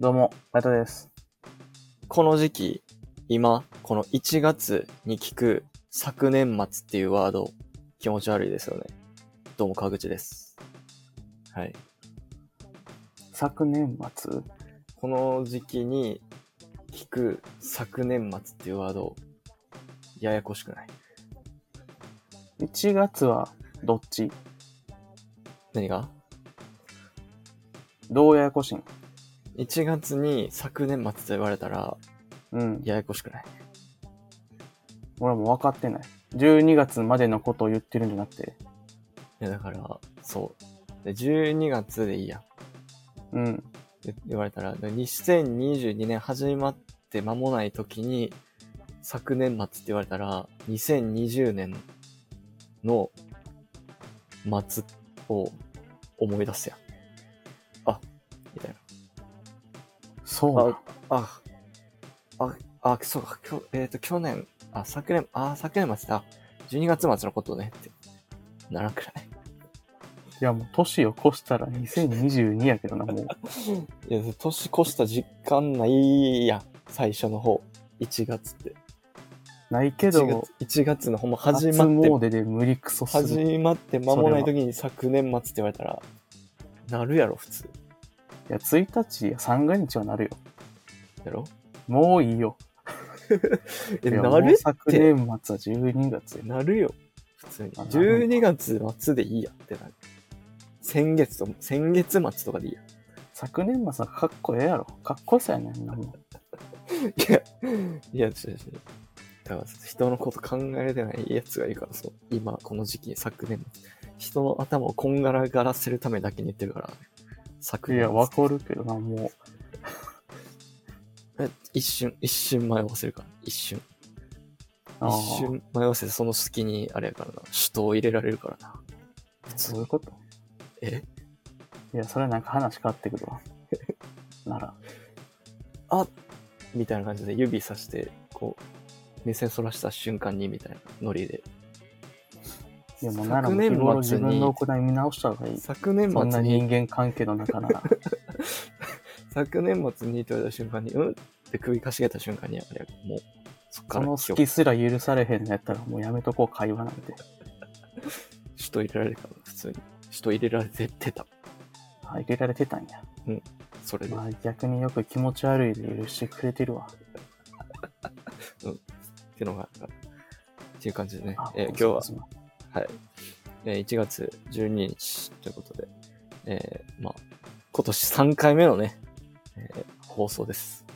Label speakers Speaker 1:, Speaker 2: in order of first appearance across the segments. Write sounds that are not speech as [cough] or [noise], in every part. Speaker 1: どうも、バイトです。
Speaker 2: この時期、今、この1月に聞く昨年末っていうワード、気持ち悪いですよね。どうも、川口です。はい。
Speaker 1: 昨年末
Speaker 2: この時期に聞く昨年末っていうワード、ややこしくない
Speaker 1: ?1 月はどっち
Speaker 2: 何が
Speaker 1: どうややこしいん
Speaker 2: ?1 月に昨年末と言われたら、
Speaker 1: うん。
Speaker 2: ややこしくない
Speaker 1: 俺はもう分かってない。12月までのことを言ってるんじゃなくて。
Speaker 2: いや、だから、そう。で、12月でいいや。
Speaker 1: うん。
Speaker 2: って言われたら、で2022年始まって間もない時に、昨年末って言われたら、2020年の末を思い出すやん。あ、みたいな。
Speaker 1: そうだ。
Speaker 2: あ、あ、あ、そうか、きょえっ、と、去年、あ、昨年、あ、昨年末だ。12月末のことねって。ならんくらい。
Speaker 1: いやもう年を越したら2022やけどな、
Speaker 2: [laughs]
Speaker 1: もう。
Speaker 2: いや、年越した実感ないやん。最初の方。1月って。
Speaker 1: ないけど、
Speaker 2: 1月 ,1 月のほんま
Speaker 1: 初
Speaker 2: 始まって
Speaker 1: 詣で無理クソする。
Speaker 2: 始まって間もない時に昨年末って言われたら、なるやろ、普通。
Speaker 1: いや、1日や三が日はなるよ。
Speaker 2: やろ
Speaker 1: もういいよ。
Speaker 2: え、
Speaker 1: いや
Speaker 2: な
Speaker 1: も
Speaker 2: る
Speaker 1: う
Speaker 2: っ
Speaker 1: 昨
Speaker 2: て、
Speaker 1: 年末は12月や。
Speaker 2: なるよ、普通に。
Speaker 1: あなる
Speaker 2: 12月末でいいやってなる。先月と、先月末とかでいいや。
Speaker 1: 昨年末はかっこええやろ。かっこよさやねんな、もう。
Speaker 2: いや、いや、違う違う。だから、人のこと考えれてないやつがいるから、そう。今、この時期、昨年末。人の頭をこんがらがらせるためだけに言ってるから、昨
Speaker 1: い
Speaker 2: 年
Speaker 1: や、わ
Speaker 2: 末。
Speaker 1: かるけどな、も
Speaker 2: え一瞬、一瞬迷わせるから、一瞬。
Speaker 1: う。
Speaker 2: 一瞬迷わせてその隙にあれやからな首都を入れられるからな
Speaker 1: ああそういうこと
Speaker 2: え
Speaker 1: いや、それはなんか話変わってくるわ。 [laughs] なら、
Speaker 2: みたいな感じで指さしてこう目線そらした瞬間にみたいなノリで
Speaker 1: いやもうならもう日頃自分の行い見直した方がいい。
Speaker 2: 昨年
Speaker 1: そんな
Speaker 2: 末
Speaker 1: 人
Speaker 2: に
Speaker 1: 間関係の中な
Speaker 2: [laughs]
Speaker 1: ら。
Speaker 2: 昨年末にって言われた瞬間にうんって首かしげた瞬間にあれやもうそっか
Speaker 1: その
Speaker 2: ら
Speaker 1: 好
Speaker 2: 今日
Speaker 1: き
Speaker 2: 首
Speaker 1: すら許されへんのやったらもうやめとこう、会話なんて。
Speaker 2: 都入れられるから普通に首都入れられてってた
Speaker 1: あ、入れられてたんや。
Speaker 2: それで、
Speaker 1: まあ逆によく気持ち悪いで許してくれてるわ。
Speaker 2: っていうのがっていう感じでね
Speaker 1: あ、
Speaker 2: えー今日は
Speaker 1: すまん
Speaker 2: はい。えー1月12日ということで、えーまあ、今年3回目のね、えー放送です。
Speaker 1: す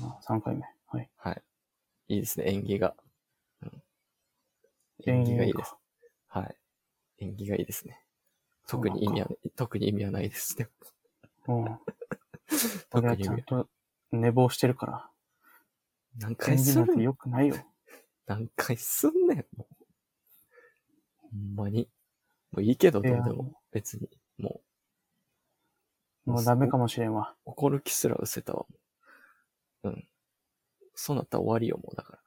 Speaker 1: まん。あ3回目。はい。
Speaker 2: はい。いいですね、縁起が。うん縁起がいいです。はい。縁起がいいですね。特に意味は、特に意味はないですね。
Speaker 1: うん。
Speaker 2: 特
Speaker 1: 俺
Speaker 2: に
Speaker 1: は
Speaker 2: 意味
Speaker 1: ちゃ
Speaker 2: は
Speaker 1: ん。と寝坊してるから。
Speaker 2: 何回
Speaker 1: 返事
Speaker 2: す
Speaker 1: なん
Speaker 2: る
Speaker 1: て
Speaker 2: ん
Speaker 1: 良くないよ。
Speaker 2: 何回すんねん、もう。ほんまに。もういいけど、どうで
Speaker 1: いや
Speaker 2: も。別に。もう。
Speaker 1: もうダメかもしれんわ。
Speaker 2: 怒る気すら失せたわ。うん。そうなったら終わりよ、もうだから。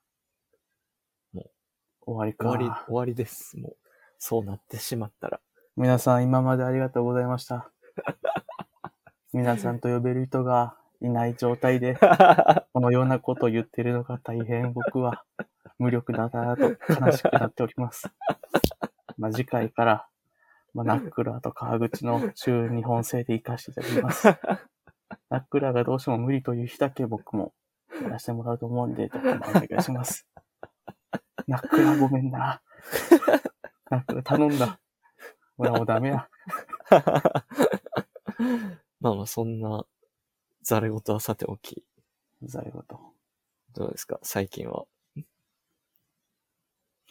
Speaker 1: 終わりか。
Speaker 2: 終わり、終わりです、もう。そうなってしまった [laughs] ら。
Speaker 1: 皆さん今までありがとうございました。皆さんと呼べる人がいない状態で、このようなことを言ってるのが大変僕は無力だなと悲しくなっております。まあ、次回から、まあ、ナックラーと川口の週日本製で活かしていただきます。ナックラーがどうしても無理という日だけ僕もやらせてもらうと思うんで、どうかお願いします。ナックラーごめんな。ナックラー頼んだ。俺はもうダメや。
Speaker 2: まあまあ、そんな、ざれ事はさておき。
Speaker 1: ざること。
Speaker 2: どうですか最近は。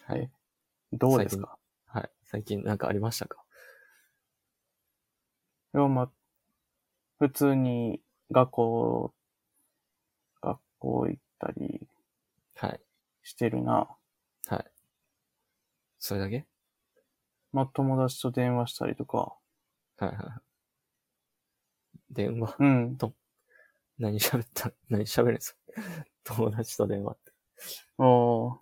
Speaker 1: はい。どうですか
Speaker 2: はい。最近なんかありましたか
Speaker 1: いや、まあ、普通に学校、学校行ったり
Speaker 2: はい。
Speaker 1: してるな。
Speaker 2: はい。それだけ
Speaker 1: まあ、友達と電話したりとか。
Speaker 2: はいはいはい。電話。 [laughs]
Speaker 1: うん。
Speaker 2: 何喋った [laughs] 何喋るんですか [laughs] 友達と電話って。
Speaker 1: ああ。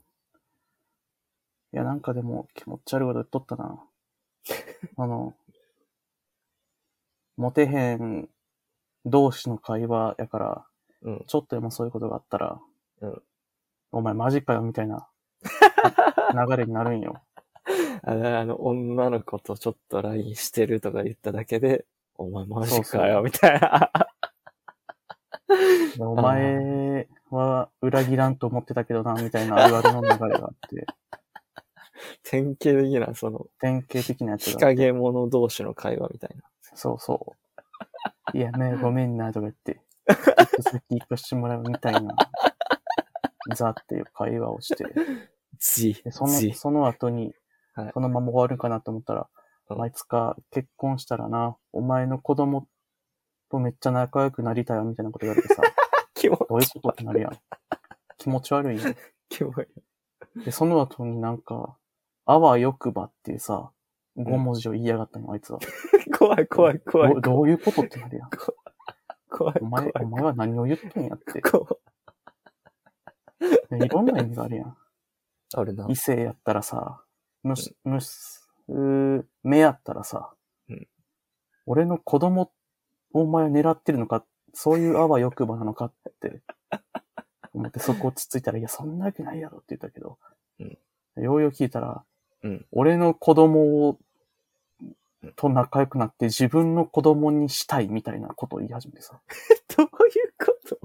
Speaker 1: いや、なんかでも気持ち悪いこと言っとった [laughs] な。あの、モテへん同士の会話やから、
Speaker 2: うん。
Speaker 1: ちょっとでもそういうことがあったら、
Speaker 2: うん
Speaker 1: お前マジかよ、みたい [laughs] な流れになるんよ。
Speaker 2: あの、あの女の子とちょっと LINE してるとか言っただけで、お前マジかよ、みたいな。
Speaker 1: でお前は裏切らんと思ってたけどな、みたいなあるあるの流れがあ
Speaker 2: [laughs]
Speaker 1: って、
Speaker 2: 典型的な、その、
Speaker 1: 典型的なやつ
Speaker 2: 日
Speaker 1: が。
Speaker 2: 陰者同士の会話みたいな。
Speaker 1: そうそう。いや、ね、ごめんな、とか言って、ちょっと先行かしてもらうみたいな、ザっていう会話をして、
Speaker 2: じ
Speaker 1: で、その
Speaker 2: じ、。
Speaker 1: その後に
Speaker 2: はい、
Speaker 1: そのまま終わるかなと思ったら、
Speaker 2: うん
Speaker 1: まあいつか結婚したらな、お前の子供とめっちゃ仲良くなりたいわ、みたいなこと言われてさ、
Speaker 2: 気持
Speaker 1: どういうことってなるやん。気持ち悪いよ。
Speaker 2: ち悪い。
Speaker 1: で、その後になんか、あわよくばっていうさ、5文字を言いやがったの、あいつは。
Speaker 2: 怖い怖い怖い
Speaker 1: ど。どういうことってなるやん。
Speaker 2: 怖い
Speaker 1: お前、お前は何を言ってんやって。
Speaker 2: 怖い。
Speaker 1: ねいろんな意味があるやん。
Speaker 2: あるな
Speaker 1: 異。性やったらさ、むす、むす、目やったらさ、
Speaker 2: うん
Speaker 1: 俺の子供、お前を狙ってるのか、そういうあわよくばなのかって、思ってそこ落ち着いたら、いや、そんなわけないやろって言ったけど、ようよう聞いたら、
Speaker 2: うん
Speaker 1: 俺の子供を、と仲良くなって自分の子供にしたいみたいなことを言い始めてさ、
Speaker 2: どういうこ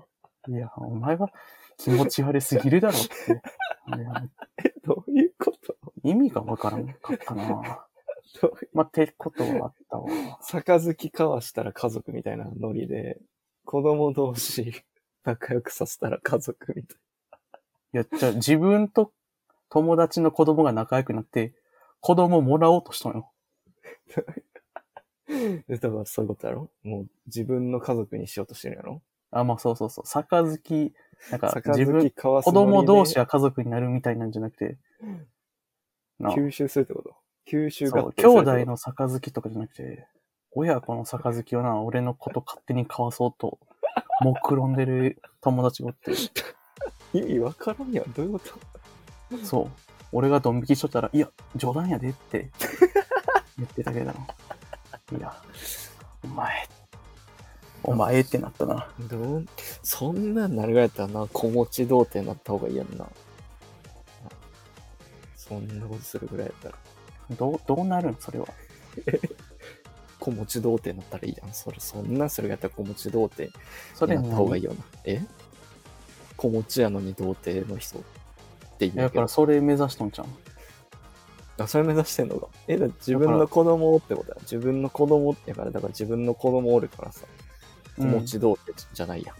Speaker 2: と
Speaker 1: いや、お前は気持ち悪すぎるだろって。いや
Speaker 2: え、どういうこと
Speaker 1: 意味がわからんかったな。
Speaker 2: どういう
Speaker 1: まあ、てことはあったわ。
Speaker 2: 杯交わしたら家族みたいなノリで、子供同士仲良くさせたら家族みたい
Speaker 1: いや、じゃあ自分と友達の子供が仲良くなって、子供もらおうとしたのよ。
Speaker 2: な。だからそういうことやろもう自分の家族にしようとしてるやろ
Speaker 1: あ、まあそうそうそう。杯、なんか
Speaker 2: 杯
Speaker 1: 自分、
Speaker 2: 交わす
Speaker 1: 子
Speaker 2: ノリで
Speaker 1: 供同士が家族になるみたいなんじゃなくて、な
Speaker 2: 吸収するってこと吸収
Speaker 1: そ
Speaker 2: が
Speaker 1: う兄弟の杯とかじゃなくて、親子の杯をな、俺のこと勝手に交わそうと、目論んでる友達がおって、
Speaker 2: 意味わからんやん。どういうこと
Speaker 1: そう。俺がドン引きしとったら、いや、冗談やでって [laughs] 言ってたけどな。いや、お前、お前ってなったな。
Speaker 2: どうそんなんなるぐらいやったらな、子持ち童貞になった方がいいやんな。そんなことするぐらいやったら、
Speaker 1: どう、どうなるんそれは。
Speaker 2: 子持ち童貞になったらいいやん。それ、そんなんするぐらいやったら子持ち童貞
Speaker 1: それ
Speaker 2: になった方がいい
Speaker 1: い。
Speaker 2: よな。え子持ちやのに童貞の人って言う
Speaker 1: だ
Speaker 2: け
Speaker 1: か
Speaker 2: ど
Speaker 1: ら、それ目指しとんちゃう
Speaker 2: あ、それ目指してんのか。え、だって自分の子供をってことや。自分の子供やから、だから自分の子供おるからさ、子持ち童貞じゃないやん。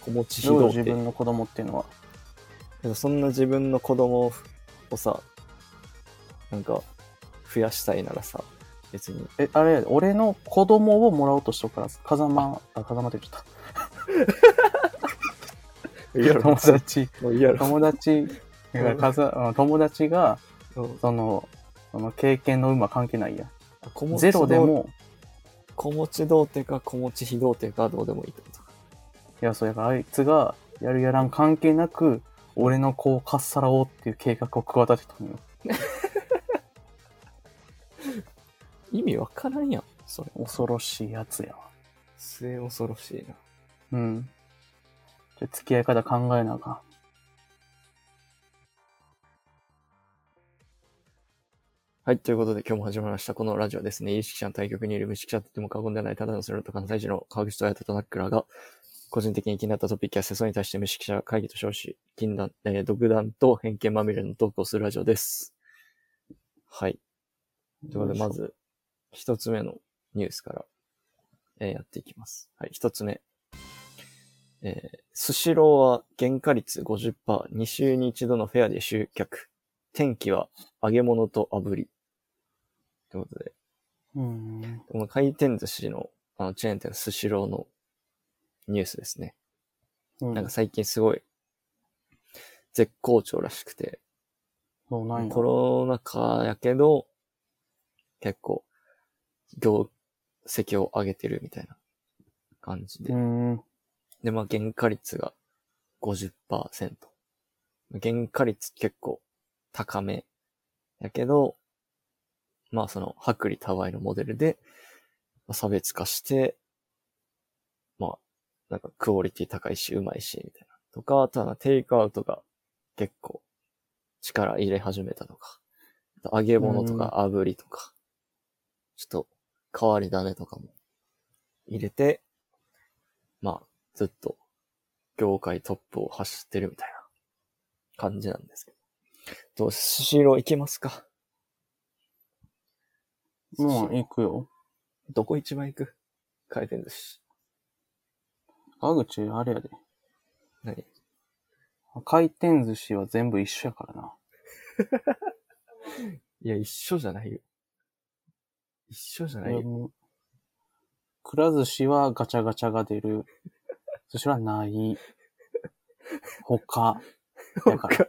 Speaker 2: 子持ち非
Speaker 1: どうよ
Speaker 2: 童
Speaker 1: 自
Speaker 2: 貞。
Speaker 1: 分の子供っていうのは。
Speaker 2: でもそんな自分の子供をさ、なんか、増やしたいならさ、別に、
Speaker 1: え、あれ、俺の子供をもらおうとしとくから、風間、あ、風間って言っちゃっ
Speaker 2: いいや
Speaker 1: た。友達、
Speaker 2: [laughs] もういいやろ。
Speaker 1: 友達、いや風あ友達が、
Speaker 2: うん
Speaker 1: その、その経験の有無は関係ないやん。
Speaker 2: 子持
Speaker 1: ゼ
Speaker 2: ち
Speaker 1: ロ
Speaker 2: 童
Speaker 1: でも、
Speaker 2: 子持ち童貞か子持ち非童貞かどうでもいいってことか。
Speaker 1: いや、そうやからあいつがやるやらん関係なく、俺の子をかっさらおうっていう計画を企てたのよ。
Speaker 2: 意味わからんやん、それ。
Speaker 1: 恐ろしいやつや
Speaker 2: 末恐ろしいな。
Speaker 1: ん。うん。じゃ付き合い方考えなあかん。
Speaker 2: はい、ということで今日も始まりました。このラジオですね、有識者の対局にいる無識者と言っても過言ではない、ただのそれと関西人の川口と綾とナックラが、個人的に気になったトピックや世相に対して無識者会議と称し、禁断、えー独断と偏見まみれのトークをするラジオです。はい。ということで、まず、一つ目のニュースから、えーやっていきます。はい、一つ目。えースシローは原価率50%、2週に一度のフェアで集客。天気は揚げ物と炙り。ということで、
Speaker 1: うん。
Speaker 2: この回転寿司の、あの、チェーン店スシローのニュースですね。
Speaker 1: うん。
Speaker 2: なんか最近すごい、絶好調らしくて、
Speaker 1: そうなんや
Speaker 2: コ。ロナ禍やけど、結構、業績を上げてるみたいな感じで。
Speaker 1: うん。
Speaker 2: で、まあ、原価率が50%。原価率結構高め。やけど、まあ、その、薄利多売のモデルで、まあ差別化して、なんかクオリティ高いし、うまいし、みたいな。とか、あとはなテイクアウトが結構力入れ始めたとか、あと揚げ物とか炙りとか、ちょっと変わり種とかも入れて、まあ、ずっと業界トップを走ってるみたいな感じなんですけど。と、スシロー行きますか
Speaker 1: もう行くよ。
Speaker 2: どこ一番行く回転寿司。
Speaker 1: 川口、あれやで。
Speaker 2: 何
Speaker 1: 回転寿司は全部一緒やからな。
Speaker 2: いや、一緒じゃないよ。一緒じゃない
Speaker 1: いや
Speaker 2: よ。
Speaker 1: もうくら寿司はガチャガチャが出る。寿司はない。
Speaker 2: [laughs]
Speaker 1: 他。やから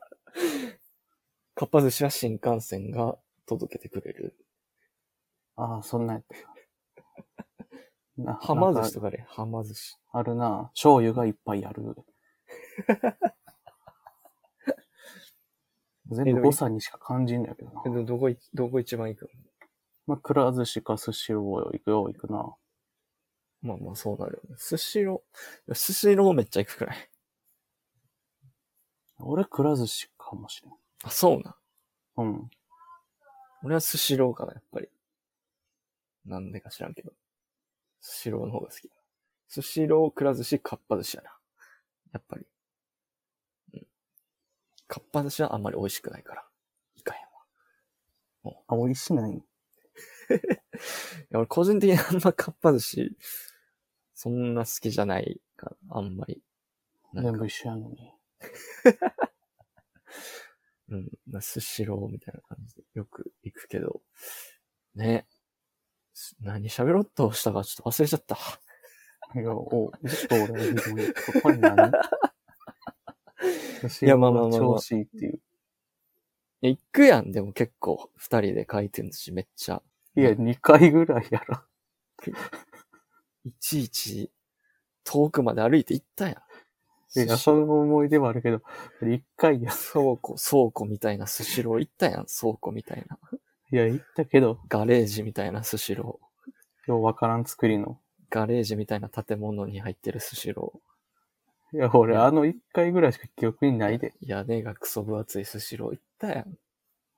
Speaker 2: かっぱ寿司は新幹線が届けてくれる。
Speaker 1: ああ、そんなんやったな。な
Speaker 2: は
Speaker 1: な
Speaker 2: ま
Speaker 1: ん
Speaker 2: 寿
Speaker 1: か
Speaker 2: 司とかで、はま寿司。
Speaker 1: あるな。醤油がいっぱいあ
Speaker 2: [laughs]
Speaker 1: る。全部誤差にしか感じんだけどな
Speaker 2: え。どどこい、どこ一番行く
Speaker 1: まあ、くら寿司か寿司ロー行くよ、行くな。
Speaker 2: まあまあ、そうなるよね。寿司ロー、寿司ローめっちゃ行くくらい。
Speaker 1: 俺、くら寿司かもし
Speaker 2: あ、そうな。
Speaker 1: れん。うん。
Speaker 2: 俺は寿司ローかな、やっぱり。なんでか知らんけど。寿司ローの方が好きだ。寿司ロー、くら寿司、かっぱ寿司やな。やっぱり。うん。かっぱ寿司はあんまり美味しくないから。いかへんわ。
Speaker 1: あ、美味しない。
Speaker 2: いや俺個人的にあんまかっぱ寿司、そんな好きじゃないから、あんまり。なんか
Speaker 1: 全部一緒やのに。
Speaker 2: うん、まあ、スシローみたいな感じでよく行くけど、ね。す何喋ろうとしたかちょっと忘れちゃった。
Speaker 1: いや、お、ちょっと俺は疑問ここに何寿司
Speaker 2: いやまあ
Speaker 1: ロ
Speaker 2: まあまあ
Speaker 1: ー
Speaker 2: まあ
Speaker 1: が調子いいっていう。
Speaker 2: いや行くやん、でも結構、二人で回転寿司めっちゃ、
Speaker 1: いや、2回ぐらいやろ。
Speaker 2: いちいち、遠くまで歩いて行ったやん。
Speaker 1: いや、
Speaker 2: スシ
Speaker 1: その思い出もあるけど、一回や、
Speaker 2: 倉庫、倉庫みたいなスシロー行ったやん、倉庫みたいな。
Speaker 1: いや、行ったけど、
Speaker 2: ガレージみたいなスシロー。
Speaker 1: ようわからん作りの。
Speaker 2: ガレージみたいな建物に入ってるスシロ
Speaker 1: いや、俺、あの一回ぐらいしか記憶にないで。
Speaker 2: ー。屋根がクソ分厚いスシロー行ったやん。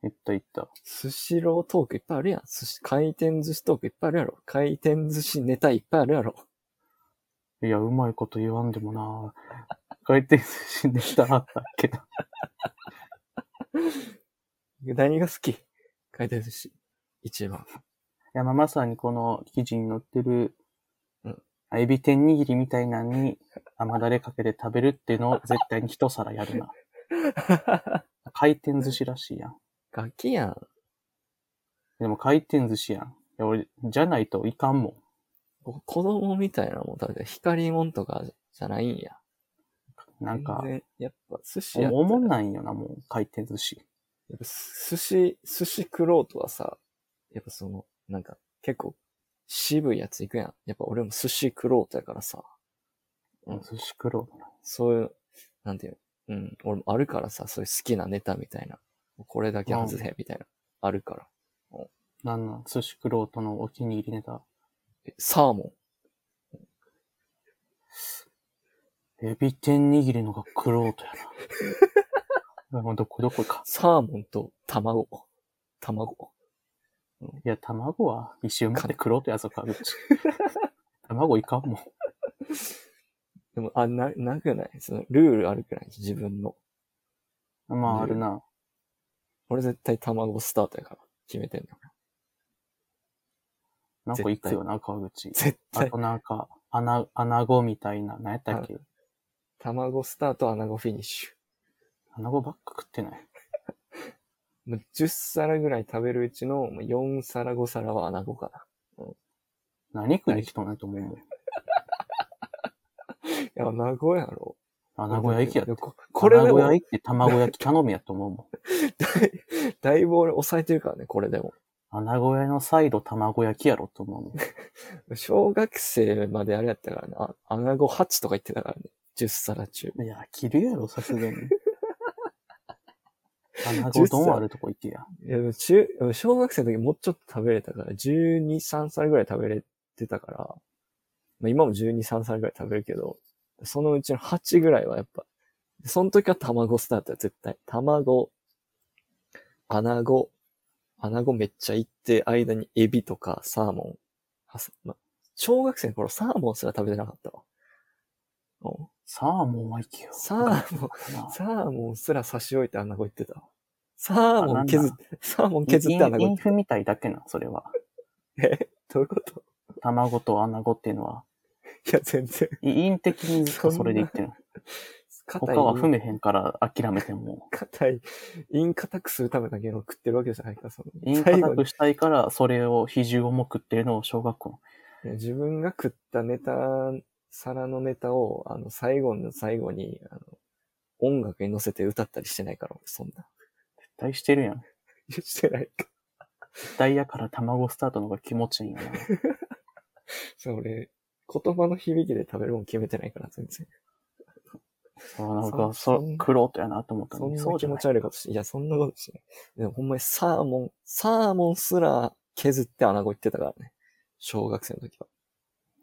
Speaker 1: 行った行った。
Speaker 2: 寿司ロートークいっぱいあるやん。寿司、回転寿司トークいっぱいあるやろ。回転寿司ネタいっぱいあるやろ。
Speaker 1: いや、うまいこと言わんでもな回転寿司ネタあったけど。
Speaker 2: 何が好き回転寿司。
Speaker 1: [laughs]
Speaker 2: 一番。
Speaker 1: いや、まあ、まさにこの記事に載ってる、
Speaker 2: うん
Speaker 1: エビ天握りみたいなのに甘だれかけて食べるっていうのを絶対に一皿やるな。回転寿司らしいやん。
Speaker 2: ガキやん。
Speaker 1: でも回転寿司やん。いや、俺、じゃないといかんもん。
Speaker 2: 子供みたいなもん食べて、光りもんとかじゃないんや。
Speaker 1: なんか
Speaker 2: 全、然。やっぱ寿司や
Speaker 1: おおもん
Speaker 2: い。
Speaker 1: ないんよな、もう、回転寿司。
Speaker 2: やっぱ寿司、寿司クローとはさ、やっぱその、なんか、結構、渋いやつ行くやん。やっぱ俺も寿司クロートやからさ。うん
Speaker 1: 寿司苦労。
Speaker 2: そういう、なんていうの、うん、俺もあるからさ、そういう好きなネタみたいな。これだけ外せ、みたいな。あるから。
Speaker 1: なんなん寿司苦労とのお気に入りネタ。
Speaker 2: えサーモ
Speaker 1: エビ天握りのが苦労とやな。 [laughs] もうどこどこか
Speaker 2: ン。。サーモンと卵。卵。
Speaker 1: いや、卵は一周待って苦労とやぞ、川
Speaker 2: [laughs]
Speaker 1: 口。卵いかんもん。
Speaker 2: でも、あ、な、なくないその、ルールあるくない自分の。
Speaker 1: まあ、あるな。
Speaker 2: 俺絶対卵スタートやから。決めてんの。
Speaker 1: なんかいくよな、川口。
Speaker 2: 絶
Speaker 1: あ
Speaker 2: 対。
Speaker 1: となんか、穴、穴子みたいな、何やったっけ
Speaker 2: 卵スタート、アナゴフィニッシュ。
Speaker 1: 穴子ばっか食ってない。
Speaker 2: もう10皿ぐらい食べるうちのもう4皿5皿はアナゴか
Speaker 1: 何食いに来とんないと思うもん。
Speaker 2: な。いや、アナゴやろ。
Speaker 1: 穴子焼きやって。
Speaker 2: ここれ
Speaker 1: 穴
Speaker 2: で
Speaker 1: 子
Speaker 2: も、
Speaker 1: 焼きって卵焼き頼みやと思うもん。
Speaker 2: [laughs] だいぶ俺抑えてるからね、これでも。
Speaker 1: 穴子屋のサイド卵焼きやろと思うもん。
Speaker 2: 小学生まであれやったからね、あ、アナゴ8とか言ってたからね。10皿中。
Speaker 1: いや、着るやろ、さすが
Speaker 2: [laughs]
Speaker 1: に。穴子丼あるとこ行けや。
Speaker 2: いや、でも中、でも小学生の時もうちょっと食べれたから、12、3皿ぐらい食べれてたから、まあ今も12、3皿ぐらい食べるけど、そのうちの8ぐらいはやっぱ、その時は卵スタートよ、絶対。卵、穴子、穴子めっちゃいって、間にエビとかサーモン。はさま、小学生の頃サーモンすら食べてなかったわ。うん
Speaker 1: サーモンはいけよ。
Speaker 2: サー
Speaker 1: [laughs]
Speaker 2: モン、
Speaker 1: な
Speaker 2: サーモンすら差し置いて穴子行ってたわ。サーモン削っ
Speaker 1: あなん
Speaker 2: て、サーモン削って穴子
Speaker 1: インイ
Speaker 2: 行
Speaker 1: ン
Speaker 2: って
Speaker 1: フみたいだけな、それは。
Speaker 2: た。えどういうこと
Speaker 1: 卵と穴子っていうのは、
Speaker 2: いや、全然。
Speaker 1: イイン的にずっとそれで言ってる。
Speaker 2: 硬い
Speaker 1: 他は踏めへんから諦めても。
Speaker 2: 硬い、イン硬くするためだけの食ってるわけじゃないから、その。
Speaker 1: イン
Speaker 2: 最
Speaker 1: 硬
Speaker 2: 後に
Speaker 1: くしたいから、それを比重重くっていうのを小学校の。
Speaker 2: いや自分が食ったネタ、皿のネタを、あの、最後の最後に、あの、音楽に乗せて歌ったりしてないから、俺そんな。 [laughs]
Speaker 1: 絶対してるやん。
Speaker 2: してないか。
Speaker 1: 絶対やから卵スタートの方が気持ちいい
Speaker 2: [laughs]
Speaker 1: んやな。
Speaker 2: そう、俺、言葉の響きで食べるもん決めてないから、全然。
Speaker 1: そうなんか、
Speaker 2: そ
Speaker 1: そ
Speaker 2: ん
Speaker 1: う、苦労とやなと思った
Speaker 2: そ
Speaker 1: の
Speaker 2: ん
Speaker 1: に、
Speaker 2: な
Speaker 1: そうじ
Speaker 2: 気
Speaker 1: ゃ
Speaker 2: 持
Speaker 1: ない
Speaker 2: ち。悪いことし、いや、そんなことしない。でも、ほんまにサーモン、サーモンすら削って穴子行ってたからね。小学生の時は。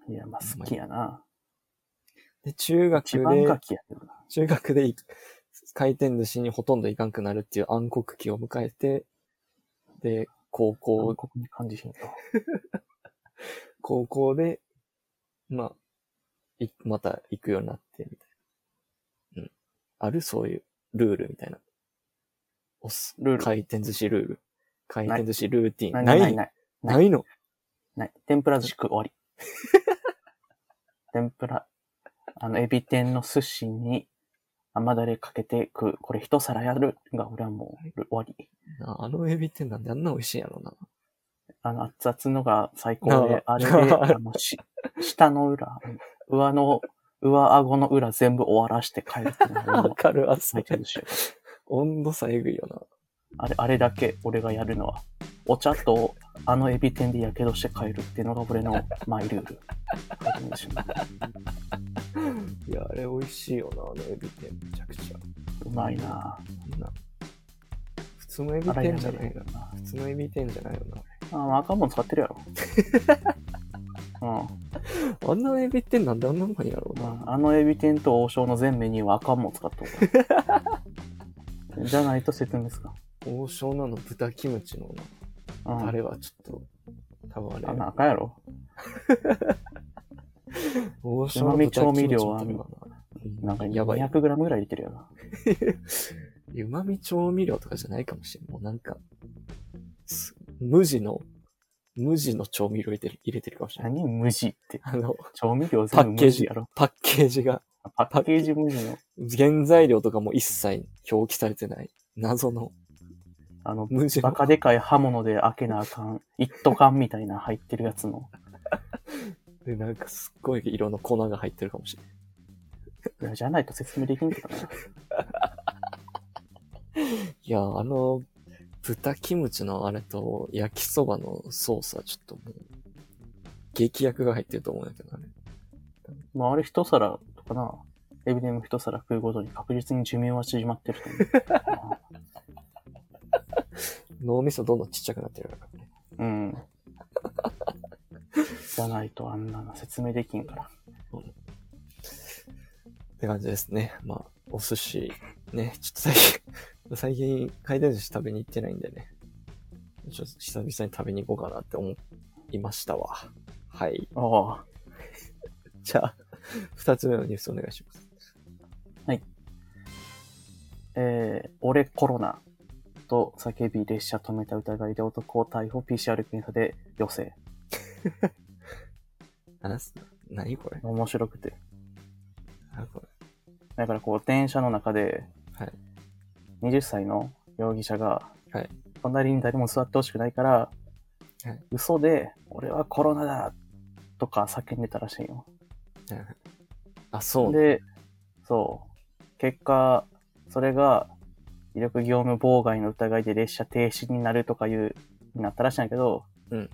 Speaker 1: いや、まあ好きやな。
Speaker 2: で、中学
Speaker 1: 一
Speaker 2: で。
Speaker 1: 番ガキやけどな。
Speaker 2: 中学でい回転寿司にほとんど行かんくなるっていう暗黒期を迎えて、で、高
Speaker 1: 王
Speaker 2: 校、
Speaker 1: 国に感じひんと。
Speaker 2: 高校で、まあ、いまた行くようになって、みたいな。うん。あるそういうルールみたいな。おす、
Speaker 1: ルール
Speaker 2: 回転寿司ルール。回転寿司ルーティ
Speaker 1: な
Speaker 2: ン。
Speaker 1: い
Speaker 2: な
Speaker 1: ないいないいな
Speaker 2: なない
Speaker 1: い。ない
Speaker 2: の
Speaker 1: ない。天ぷら寿司食う終わり。天ぷら。あの、エビ天の寿司に甘だれかけて食う。これ一皿やるが、俺はもう終わり。
Speaker 2: なあのエビってなんであんな美味しいんや
Speaker 1: [laughs]
Speaker 2: ろうな。
Speaker 1: あの、熱々のが最高で、
Speaker 2: ああ
Speaker 1: あれで、
Speaker 2: あれ
Speaker 1: あの、し、下の裏、上の、上顎の裏全部終わらして帰るっていうのが
Speaker 2: わ [laughs]
Speaker 1: もう
Speaker 2: かるわ、そ
Speaker 1: 回
Speaker 2: れ
Speaker 1: 転寿司やから
Speaker 2: 温度差えぐいよな。
Speaker 1: あれ、あれだけ俺がやるのは、お茶とあのエビ天でやけどして帰るっていうのが俺のマイルール。回転寿司の
Speaker 2: いや、あれ美味しいよな、あのエビって。めちゃくちゃ。
Speaker 1: うまいな
Speaker 2: なんなん普通のエビ
Speaker 1: ぁ。洗い
Speaker 2: 天
Speaker 1: 流
Speaker 2: じ
Speaker 1: せ
Speaker 2: ゃない
Speaker 1: る
Speaker 2: な
Speaker 1: よ。な。
Speaker 2: 普通のエビ天じゃないよ
Speaker 1: あ、まあ、赤もん使って
Speaker 2: [laughs]
Speaker 1: るやろ。
Speaker 2: な。あんなエビ天なんであんなうまいんやろ
Speaker 1: う、
Speaker 2: うんな。
Speaker 1: まあ。あのエビ天と王将の全メニューは赤もん使ってる。じゃないと説明すか。
Speaker 2: 王将なの豚キムチの
Speaker 1: う
Speaker 2: な、
Speaker 1: ん
Speaker 2: タレはちょっと、多分あ
Speaker 1: あ
Speaker 2: れ
Speaker 1: の、赤やろ。
Speaker 2: 王将の豚キムチのタレは
Speaker 1: なんか
Speaker 2: やばい。
Speaker 1: 200g ぐらい入れてるやろ。
Speaker 2: うまみ調味料とかじゃないかもしれん。もうなんか、す無地の、無地の調味料入れてる入れてるかもしれない。
Speaker 1: 何無地って。
Speaker 2: あの、
Speaker 1: 調味料
Speaker 2: パ
Speaker 1: 全
Speaker 2: ッ
Speaker 1: 部
Speaker 2: ケー
Speaker 1: 無
Speaker 2: ジ
Speaker 1: 地やろ。
Speaker 2: パッケージが、
Speaker 1: パッケージ無地の、
Speaker 2: 原材料とかも一切表記されてない。謎の、
Speaker 1: あの、
Speaker 2: 無地の
Speaker 1: バカでかい刃物で開けなあかん、一斗缶みたいな入ってるやつの。
Speaker 2: で、なんかすっごい色の粉が入ってるかもしれない。
Speaker 1: いや、じゃないと説明できんけどな。
Speaker 2: いや、あの、豚キムチのあれと焼きそばのソースはちょっともう、劇薬が入ってると思うんだけどね。
Speaker 1: まあ、あれ一皿とかな、エビデンも一皿食うごとに確実に寿命は縮まってると思
Speaker 2: 脳みそどんどんちっちゃくなってるからね。 [laughs]
Speaker 1: う。うん。じゃないとあんなの説明できんから。
Speaker 2: って感じですね。まあ、お寿司、ね、ちょっと最近、 [laughs] 最近回転寿司食べに行ってないんでね。ちょっと久々に食べに行こうかなって思いましたわ。はい。
Speaker 1: ああ。
Speaker 2: じゃあ、二つ目のニュースお願いします。
Speaker 1: えー、俺コロナと叫び列車止めた疑いで男を逮捕 PCR 検査で陽性。
Speaker 2: あす何これ
Speaker 1: 面白くて。
Speaker 2: 何これ
Speaker 1: だからこう、電車の中で、
Speaker 2: はい
Speaker 1: 20歳の容疑者が、
Speaker 2: はい
Speaker 1: 隣に誰も座ってほしくないから、
Speaker 2: はい
Speaker 1: 嘘で、俺はコロナだとか叫んでたらしいよ。
Speaker 2: あ、そうね。
Speaker 1: で、そう。結果、それが、威力業務妨害の疑いで列車停止になるとかいう、になったらしいんだけど、
Speaker 2: うん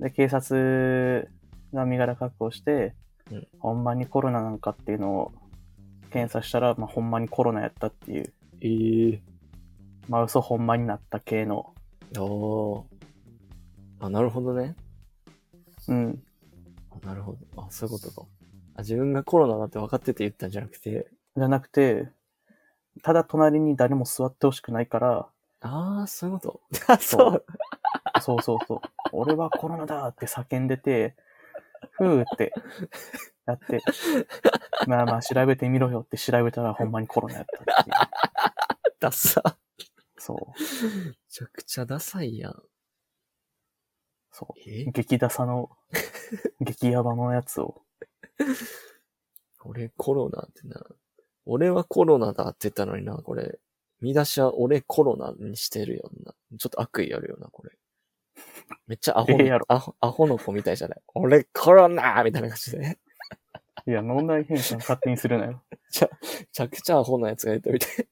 Speaker 1: で、警察が身柄確保して、
Speaker 2: うん
Speaker 1: ほんまにコロナなんかっていうのを検査したら、まあ、ほんまにコロナやったっていう、
Speaker 2: ええ
Speaker 1: まあ、嘘ほんまになった系の、
Speaker 2: ー。おーあ、なるほどね。
Speaker 1: うん。
Speaker 2: あなるほど。あ、そういうことか。あ自分がコロナだって分かってて言ったんじゃなくて、
Speaker 1: じゃなくて、ただ隣に誰も座ってほしくないから、
Speaker 2: ああ、そういうこと。 [laughs] あ、
Speaker 1: そ
Speaker 2: そう。
Speaker 1: そうそうそう。俺はコロナだって叫んでて、ふーって、やって、まあまあ調べてみろよって調べたらほんまにコロナやったっていう。
Speaker 2: ダサ。め
Speaker 1: そう。
Speaker 2: ちゃくちゃダサいやん。
Speaker 1: そ
Speaker 2: え
Speaker 1: う。激ダサの、激ヤバのやつを。
Speaker 2: 俺コロナってな。俺はコロナだって言ったのにな、これ。見出しは俺コロナにしてるよんな。ちょっと悪意あるよな、これ。めっちゃアホ
Speaker 1: ええやろ
Speaker 2: アホ、アホの子みたいじゃない俺コロナみたいな感じで、ね。
Speaker 1: いや、脳内変換勝手にするなよ。
Speaker 2: めちゃくちゃアホなやつがいたみたい。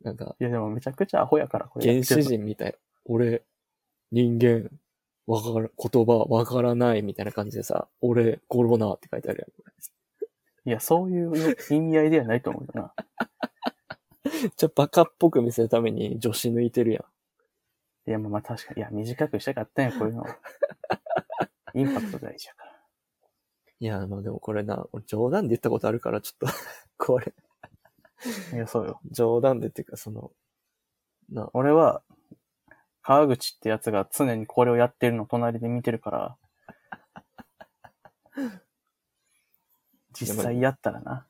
Speaker 2: なんか、
Speaker 1: いや、でもめちゃくちゃアホやから、これ。
Speaker 2: 原始人みたい。俺、人間、わから、言葉わからないみたいな感じでさ、俺、コロナって書いてあるやん。
Speaker 1: いや、そういう意味合いではないと思うよな。
Speaker 2: めっちゃバカっぽく見せるために女子抜いてるやん。
Speaker 1: いや、まあまあ確かに。いや、短くしたかったんや、こういうのは。インパクト大事やから。
Speaker 2: いや、まあでもこれな、俺冗談で言ったことあるから、ちょっと、 [laughs] これ、
Speaker 1: いや、そうよ。
Speaker 2: 冗談でっていうか、その、な、
Speaker 1: 俺は、川口ってやつが常にこれをやってるの隣で見てるから、実際やったらな。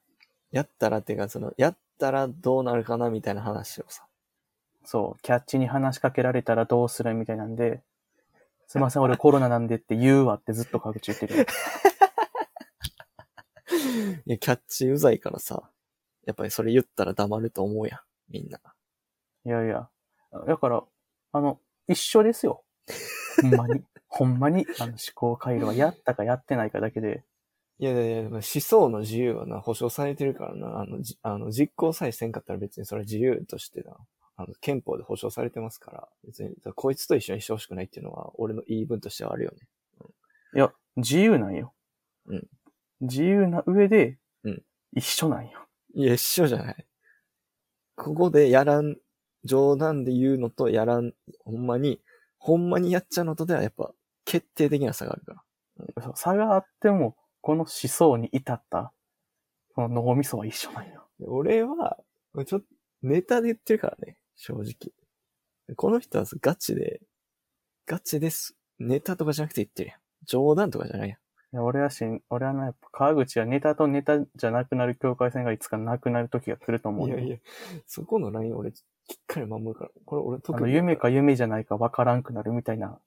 Speaker 2: やったらっていうか、その、やったらどうなるかなみたいな話をさ、
Speaker 1: そう、キャッチに話しかけられたらどうするみたいなんで、すいません、俺コロナなんでって言うわってずっと川口言ってるよ。
Speaker 2: いや、キャッチうざいからさ、やっぱりそれ言ったら黙ると思うやん、みんな。
Speaker 1: いやいや。だから、あの、一緒ですよ。ほんまに。ほんまに、あの、思考回路はやったかやってないかだけで、
Speaker 2: いやいやいや、でも思想の自由はな、保障されてるからな、あの、じあの実行さえせんかったら別にそれは自由としてな、あの、憲法で保障されてますから、別に、こいつと一緒にしてほしくないっていうのは、俺の言い分としてはあるよね。
Speaker 1: いや、自由なんよ。
Speaker 2: うん
Speaker 1: 自由な上で、
Speaker 2: うん
Speaker 1: 一緒なんよ。
Speaker 2: いや、一緒じゃない。ここでやらん、冗談で言うのとやらん、ほんまに、ほんまにやっちゃうのとではやっぱ、決定的な差があるから。
Speaker 1: そう差があっても、この思想に至った、この脳みそは一緒なんよ。
Speaker 2: 俺は、ちょっと、ネタで言ってるからね、正直。この人はガチで、ガチです。ネタとかじゃなくて言ってるやん。冗談とかじゃないやん。
Speaker 1: いや俺はし、俺はな、やっぱ川口はネタとネタじゃなくなる境界線がいつかなくなる時が来ると思う
Speaker 2: い
Speaker 1: よ。
Speaker 2: やいや、そこのライン俺、きっかり守るから。これ俺
Speaker 1: あ
Speaker 2: 特
Speaker 1: の、
Speaker 2: に。
Speaker 1: 夢か夢じゃないか分からんくなるみたいな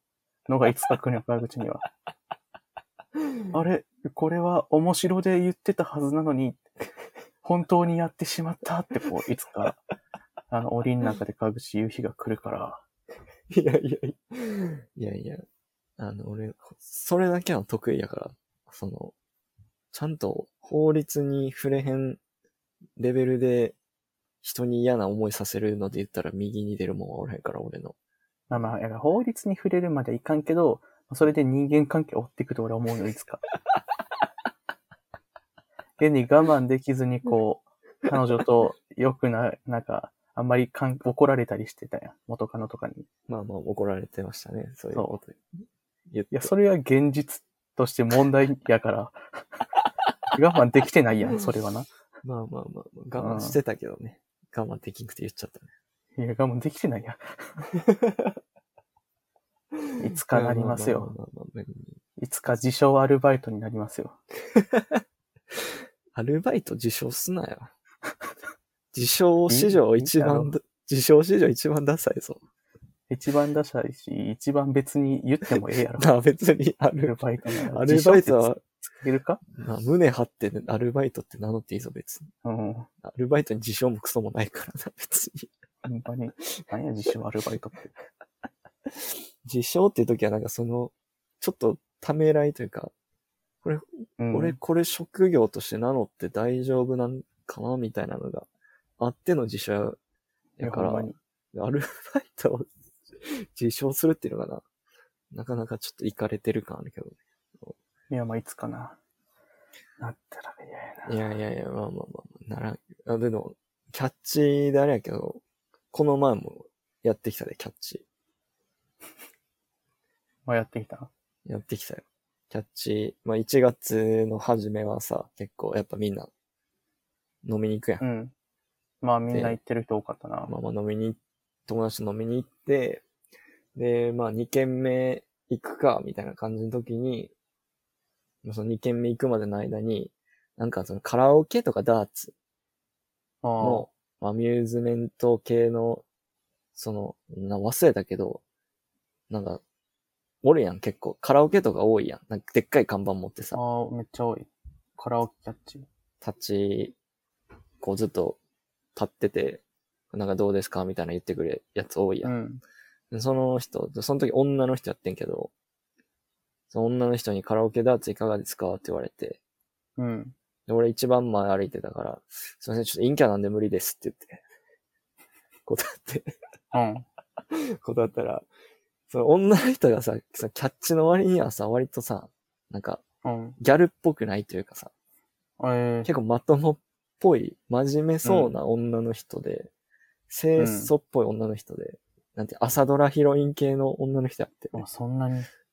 Speaker 1: のがいつか来るよ、川口には。あれ、これは面白で言ってたはずなのに、本当にやってしまったって、こう、いつか、あの、檻の中で川口言う日が来るから、
Speaker 2: いやいやいや。いやいや。あの、俺、それだけは得意やから、その、ちゃんと法律に触れへんレベルで人に嫌な思いさせるので言ったら右に出るもんはおらへんから、俺の。
Speaker 1: まあまあ、やから法律に触れるまではいかんけど、それで人間関係を追っていくと俺は思うよ、いつか。現に我慢できずに、こう、彼女と良くない、なんか、あんまりかん怒られたりしてたやん。元カノとかに。
Speaker 2: まあまあ怒られてましたね、そういうこと言っ
Speaker 1: い
Speaker 2: て。
Speaker 1: や、それは現実として問題やから。我慢できてないやん、それはな。い
Speaker 2: まあまあまあまあ、我慢してたけどね。我慢できんくて言っちゃったね。
Speaker 1: や、我慢できてないやん。いつかなりますよ。
Speaker 2: まあまあまあまあ。
Speaker 1: いつか自称アルバイトになりますよ。
Speaker 2: アルバイト自称すなよ。
Speaker 1: [laughs]
Speaker 2: 自称史上一番だ、自称史上一番ダサいぞ。
Speaker 1: 一番出したいし、一番別に言ってもええやろ。
Speaker 2: [laughs] まあ別にア
Speaker 1: アル
Speaker 2: ル、
Speaker 1: バイトなら
Speaker 2: アルバイト
Speaker 1: 自称っ
Speaker 2: は
Speaker 1: て、つけるか
Speaker 2: まあ、胸張ってねアルバイトって名乗っていいぞ別に。
Speaker 1: うん。ほ
Speaker 2: アルバイトに自称もクソもないからな、別に。
Speaker 1: んまに。何や、自称アルバイトって。
Speaker 2: 自称っていう時はなんかその、ちょっとためらいというか、
Speaker 1: うん、
Speaker 2: 俺これ職業として名乗って大丈夫なんかなみたいなのがあっての自称
Speaker 1: い
Speaker 2: や
Speaker 1: や、
Speaker 2: か
Speaker 1: ほん
Speaker 2: ら
Speaker 1: ま、に。
Speaker 2: アルバイトを自称するっていうのがな、なかなかちょっといかれてる感あるけど。
Speaker 1: いや、まあ、いつかな。なったら嫌やな。
Speaker 2: いやいやいや、まあまあまあ、ならんあ、でも、キャッチであれやけど、この前もやってきたで、キャッチ。
Speaker 1: まあ、やってきた。
Speaker 2: やってきたよ。キャッチ、まあ1月の初めはさ、結構やっぱみんな飲みに行くやん。
Speaker 1: うん。まあみんな行ってる人多かったな。
Speaker 2: まあまあ飲みに、友達と飲みに行って、で、まあ2軒目行くか、みたいな感じの時に、まあその2軒目行くまでの間に、なんかそのカラオケとかダーツ
Speaker 1: あー
Speaker 2: の、アミューズメント系の、その、な忘れたけど、なんか、おるやん、結構。カラオケとか多いやん。なんかでっかい看板持ってさ
Speaker 1: あ。ー、めっちゃ多い。カラオケキャッチ。
Speaker 2: 立ち、こうずっと立ってて、なんかどうですかみたいな言ってくれるやつ多いや。
Speaker 1: うんん。
Speaker 2: でその人、その時女の人やってんけど、その女の人にカラオケダーツいかがですかって言われて、
Speaker 1: うん。
Speaker 2: で俺一番前歩いてたから、すいません、ちょっと陰キャなんで無理ですって言って、 [laughs] 断って、
Speaker 1: うん。
Speaker 2: 断ったら、その女の人がさ、さキャッチの割にはさ、割とさ、なんか、
Speaker 1: うん。
Speaker 2: ギャルっぽくないというかさ、
Speaker 1: えー、
Speaker 2: 結構まともっぽい、真面目そうな女の人で、清楚っぽい女の人で、なんて朝ドラヒロイン系の女の人やって、
Speaker 1: あそんなに。 [laughs]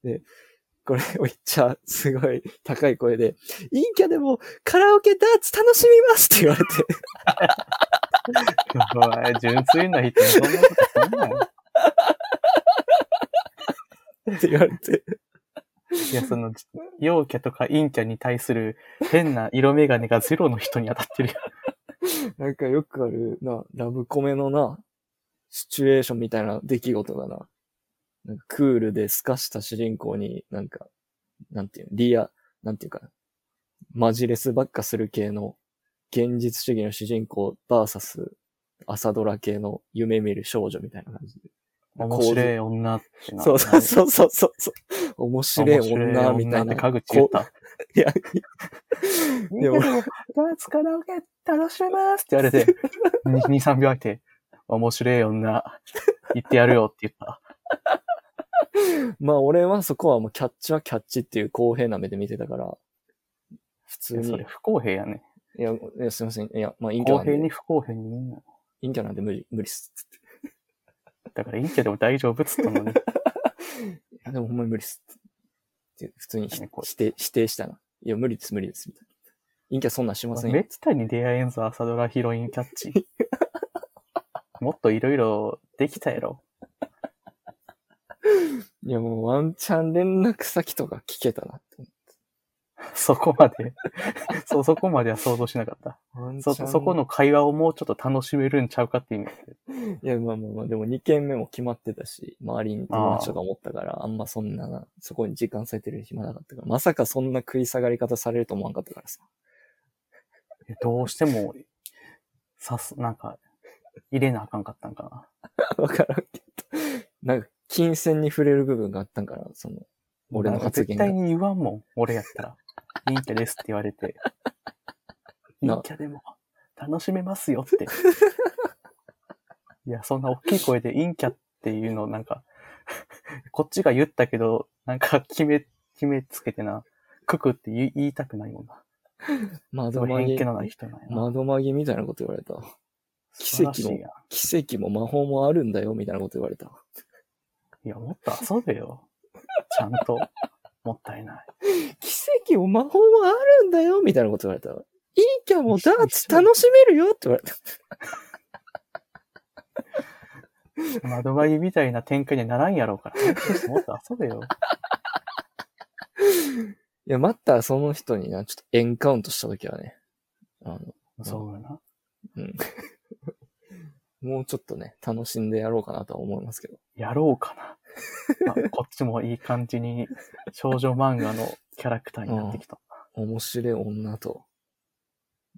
Speaker 2: これを言っちゃ、すごい高い声で、陰キャでもカラオケダーツ楽しみますって言われ
Speaker 1: お
Speaker 2: て、
Speaker 1: 前純粋な人にそんなことすんなよ。
Speaker 2: って言われて、
Speaker 1: いや、その、陽キャとか陰キャに対する変な色眼鏡がゼロの人に当た
Speaker 2: [laughs]
Speaker 1: ってるよ。
Speaker 2: [laughs] なんかよくあるな、ラブコメのな、シチュエーションみたいな出来事がな、なんかクールで透かした主人公になんか、なんていうの、リア、なんていうかな、マジレスばっかする系の現実主義の主人公バーサス朝ドラ系の夢見る少女みたいな感じで。
Speaker 1: 面白い女ってな。
Speaker 2: そうそうそうそうそうそう。面白い女みたい
Speaker 1: 面白女って家
Speaker 2: な。
Speaker 1: 口言っ
Speaker 2: こ
Speaker 1: た。
Speaker 2: ういや、
Speaker 1: でも、ダーツカラオケ楽しめますって言われ
Speaker 2: [laughs]
Speaker 1: て、2、3秒空いて、面白い女、言ってやるよって言った。
Speaker 2: まあ俺はそこはもうキャッチはキャッチっていう公平な目で見てたから、普通
Speaker 1: そ
Speaker 2: に
Speaker 1: れ、不公平やね。
Speaker 2: いや、いやすいません。いや、まあ、陰キ
Speaker 1: 公
Speaker 2: ャなん
Speaker 1: 平に
Speaker 2: で、
Speaker 1: 不公平にみんな。
Speaker 2: 陰キャなんで無理、無理っす。つって
Speaker 1: だから陰キャでも大丈夫っつったのに。
Speaker 2: いや、でもほんまに無理っす。って普通にひ
Speaker 1: 何これ
Speaker 2: 否定、否定したな。いや、無理です、無理です、みたいな。陰キャそんなん [laughs] しません
Speaker 1: め
Speaker 2: よ
Speaker 1: っ。たに出会えんぞ、朝ドラヒロインキャッチ。
Speaker 2: [laughs]
Speaker 1: もっといろいろできたやろ。
Speaker 2: いや、もうワンチャン連絡先とか聞けたなって。
Speaker 1: そこまで。そう、そこまでは想像しなかった。
Speaker 2: ワンチ
Speaker 1: そ、
Speaker 2: ャン
Speaker 1: そこ。の会話をもうちょっと楽しめるんちゃうかって意味。
Speaker 2: いや、まあまあまあ、でも2件目も決まってたし、周りに友達とか思ったから、あんまそんなな、そこに時間割いてる暇なかったから、まさかそんな食い下がり方されると思わんかったからさ。 [laughs]
Speaker 1: えどうしても、さす、なんか、入れなあかんかったんかな。
Speaker 2: わからんけど。なんか、金銭に触れる部分があったんかな、その、俺の発言が
Speaker 1: 絶対。に言わんもん、俺やったら。陰キャですって言われて。
Speaker 2: な
Speaker 1: 陰キャでも、楽しめますよって。いや、そんな大きい声で陰キャっていうの、なんか、こっちが言ったけど、なんか、決め、決めつけてな、ククって言い言いたくないもんな。
Speaker 2: 窓
Speaker 1: そう
Speaker 2: 紛
Speaker 1: 偏
Speaker 2: れ
Speaker 1: 見のない人なんやな。
Speaker 2: 窓紛れみたいなこと言われた。
Speaker 1: 素晴らしい
Speaker 2: 奇跡
Speaker 1: や。
Speaker 2: 奇跡も魔法もあるんだよ、みたいなこと言われた。
Speaker 1: いや、もっと遊べよ。ちゃんと。 [laughs] もったいない。
Speaker 2: 奇跡も魔法もあるんだよ、みたいなこと言われた。いいキャもダーツ楽しめるよって言われた。
Speaker 1: 窓割りみたいな展開にはならんやろうから、もっと遊べよ。
Speaker 2: いや、またその人にな、ちょっとエンカウントしたときはね、あの、
Speaker 1: そうやな。
Speaker 2: うん。もうちょっとね、楽しんでやろうかなとは思いますけど。
Speaker 1: やろうかな。
Speaker 2: [laughs]
Speaker 1: あこっちもいい感じに少女漫画のキャラクターになってきた。
Speaker 2: 面白い女と、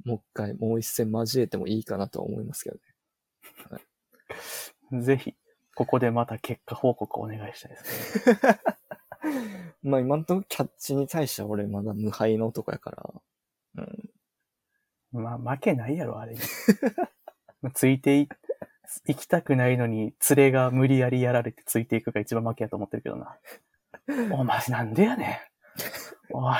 Speaker 2: もう一回、もう一戦交えてもいいかなとは思いま
Speaker 1: [laughs]
Speaker 2: すけどね。
Speaker 1: ぜひ、ここでまた結果報告お願いしたいですね。
Speaker 2: まあ今んとこキャッチに対しては俺まだ無敗の男やから、うん。
Speaker 1: まあ、負けないやろ、あれ [laughs] に。ついてい、行きたくないのに、連れが無理やりやられてついていくが一番負けやと思ってるけど
Speaker 2: [laughs]
Speaker 1: な。お前なんでやねん。おい。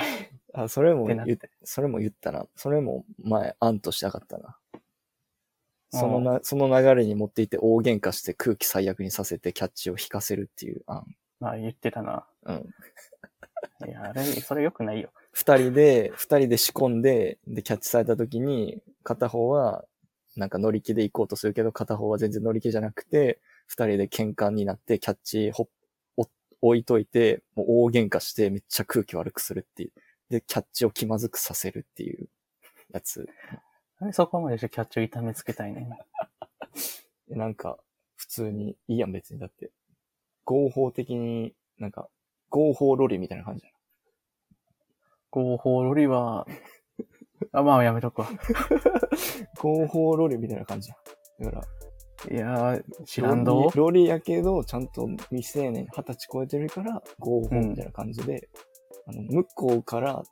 Speaker 2: あ、それも
Speaker 1: ってなって
Speaker 2: 言っ、それも言ったな。それも前、案としたかったな。そのな、その流れに持っていって大喧嘩して空気最悪にさせてキャッチを引かせるっていう案。
Speaker 1: まあ言ってたな。
Speaker 2: うん。
Speaker 1: いやや、あれ、それ良くないよ。
Speaker 2: 二人で、二人で仕込んで、で、キャッチされた時に、片方は、なんか乗り気で行こうとするけど、片方は全然乗り気じゃなくて、二人で喧嘩になって、キャッチほっお置いといて、もう大喧嘩して、めっちゃ空気悪くするっていう。で、キャッチを気まずくさせるっていうやつ。
Speaker 1: なんでそこまでしてキャッチを痛めつけたいねん。
Speaker 2: なんか、普通に、いいやん別に。だって、合法的に、なんか、合法ロリみたいな感じじゃん
Speaker 1: 合法ロリは、あ、まあやめとくわ。
Speaker 2: 合法ロリみたいな感じじゃんだから、
Speaker 1: いやー、知らんど
Speaker 2: ロリロリやけど、ちゃんと未成年、二十歳超えてるから、合法みたいな感じで、あの、向こうから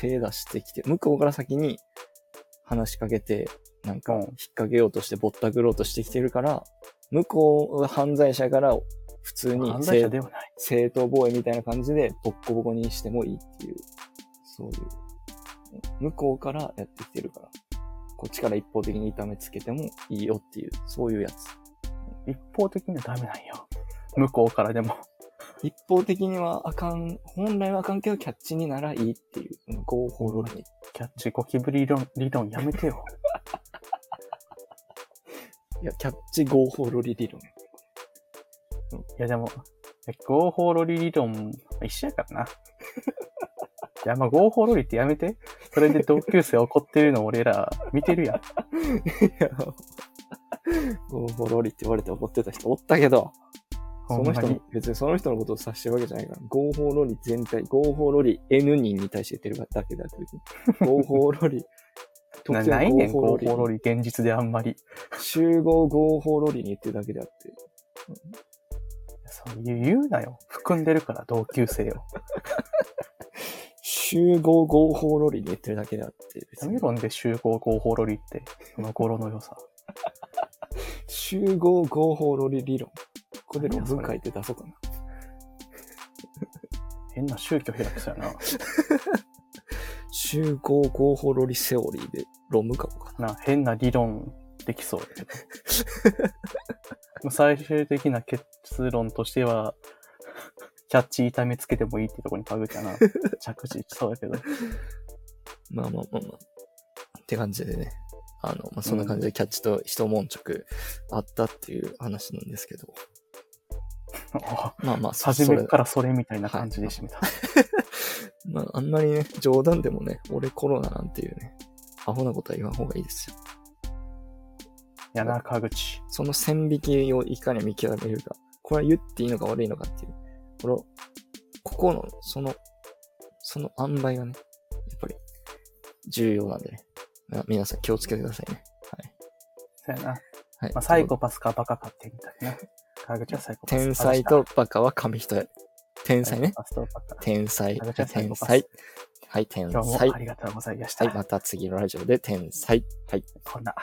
Speaker 2: 手出してきて、向こうから先に話しかけて、なんか、
Speaker 1: うん
Speaker 2: 引っ掛けようとして、ぼったくろうとしてきてるから、向こうは犯罪者から、普通に
Speaker 1: 犯罪者
Speaker 2: 正
Speaker 1: ではない。
Speaker 2: 正当防衛みたいな感じで、ボッコボコにしてもいいっていう、そういう、向こうからやってきてるから、こっちから一方的に痛めつけてもいいよっていう、そういうやつ。
Speaker 1: 一方的にはダメなんよ。向こうからでも。
Speaker 2: 一方的にはあかん、本来はあかんけどキャッチにならいいっていう、うん合法論に。
Speaker 1: キャッチゴキブリ理論理論やめてよ。
Speaker 2: いや、キャッチ合法ロリ理論。
Speaker 1: いやでも、合法ロリ理論、一緒やからな。 [laughs] いや、まあ合法ロリってやめて。それで同級生怒ってるの俺ら見てるやん。
Speaker 2: [laughs] 合法ロリって言われて怒ってた人おったけど、 [laughs] そ
Speaker 1: ほん
Speaker 2: の
Speaker 1: ま
Speaker 2: 人
Speaker 1: に
Speaker 2: も。、別にその人のことを指してるわけじゃないから、合法ロリ全体、合法ロリ N 人に対して言ってるだけだって別
Speaker 1: [laughs]
Speaker 2: に合法ロリ、
Speaker 1: な
Speaker 2: 特定の
Speaker 1: ないねん、合法
Speaker 2: 合法
Speaker 1: ロリ、現実であんまり。
Speaker 2: 集合合法ロリに言ってるだけであって、
Speaker 1: そういう言うなよ。含んでるから、同級生を。
Speaker 2: 集合合法ロリに言ってるだけであって、別
Speaker 1: や
Speaker 2: に
Speaker 1: めろんで集合合法ロリって、その頃の良さ。
Speaker 2: 集合合法ロリ理論。ここで論文書いて出そうかな。
Speaker 1: 変な宗教開くさや
Speaker 2: 集合合法ロリセオリーで論文書こうかな。
Speaker 1: な。な、変な理論でき
Speaker 2: [laughs]
Speaker 1: そうやけど。もう最終的な結論としては、キャッチ痛めつけてもいいってとこにタグかな。着地しそうやけど。
Speaker 2: まあまあまあまあ。って感じでね。あの、まあ、そんな感じでキャッチと一悶着あったっていう話なんですけど。
Speaker 1: あ
Speaker 2: まあまあ、そ。
Speaker 1: 初めかららそれみたいな感じで締めた。
Speaker 2: それまあ、あんまりね、冗談でもね、俺コロナなんていうね、アホなことは言わん方がいいですよ。
Speaker 1: やな、川口。
Speaker 2: その線引きをいかに見極めるか。これは言っていいのか悪いのかっていう。この、ここの、その、その塩梅がね、やっぱり、重要なんでね。まあ皆さん気をつけてくださいね。はい。
Speaker 1: そうやな。
Speaker 2: はい。
Speaker 1: まあ、サイコパスかバカかってみたいな。川口はサイコパス。
Speaker 2: 天才とバカは紙一重。天才
Speaker 1: サイ
Speaker 2: ね。
Speaker 1: コパスとバカ
Speaker 2: 天才。
Speaker 1: あじゃあサイ
Speaker 2: 天
Speaker 1: コパス
Speaker 2: 才。はい、天
Speaker 1: 今日
Speaker 2: 才
Speaker 1: もあ。りがとうございました。
Speaker 2: はい、また次のラジオで天才。はい。
Speaker 1: こんな。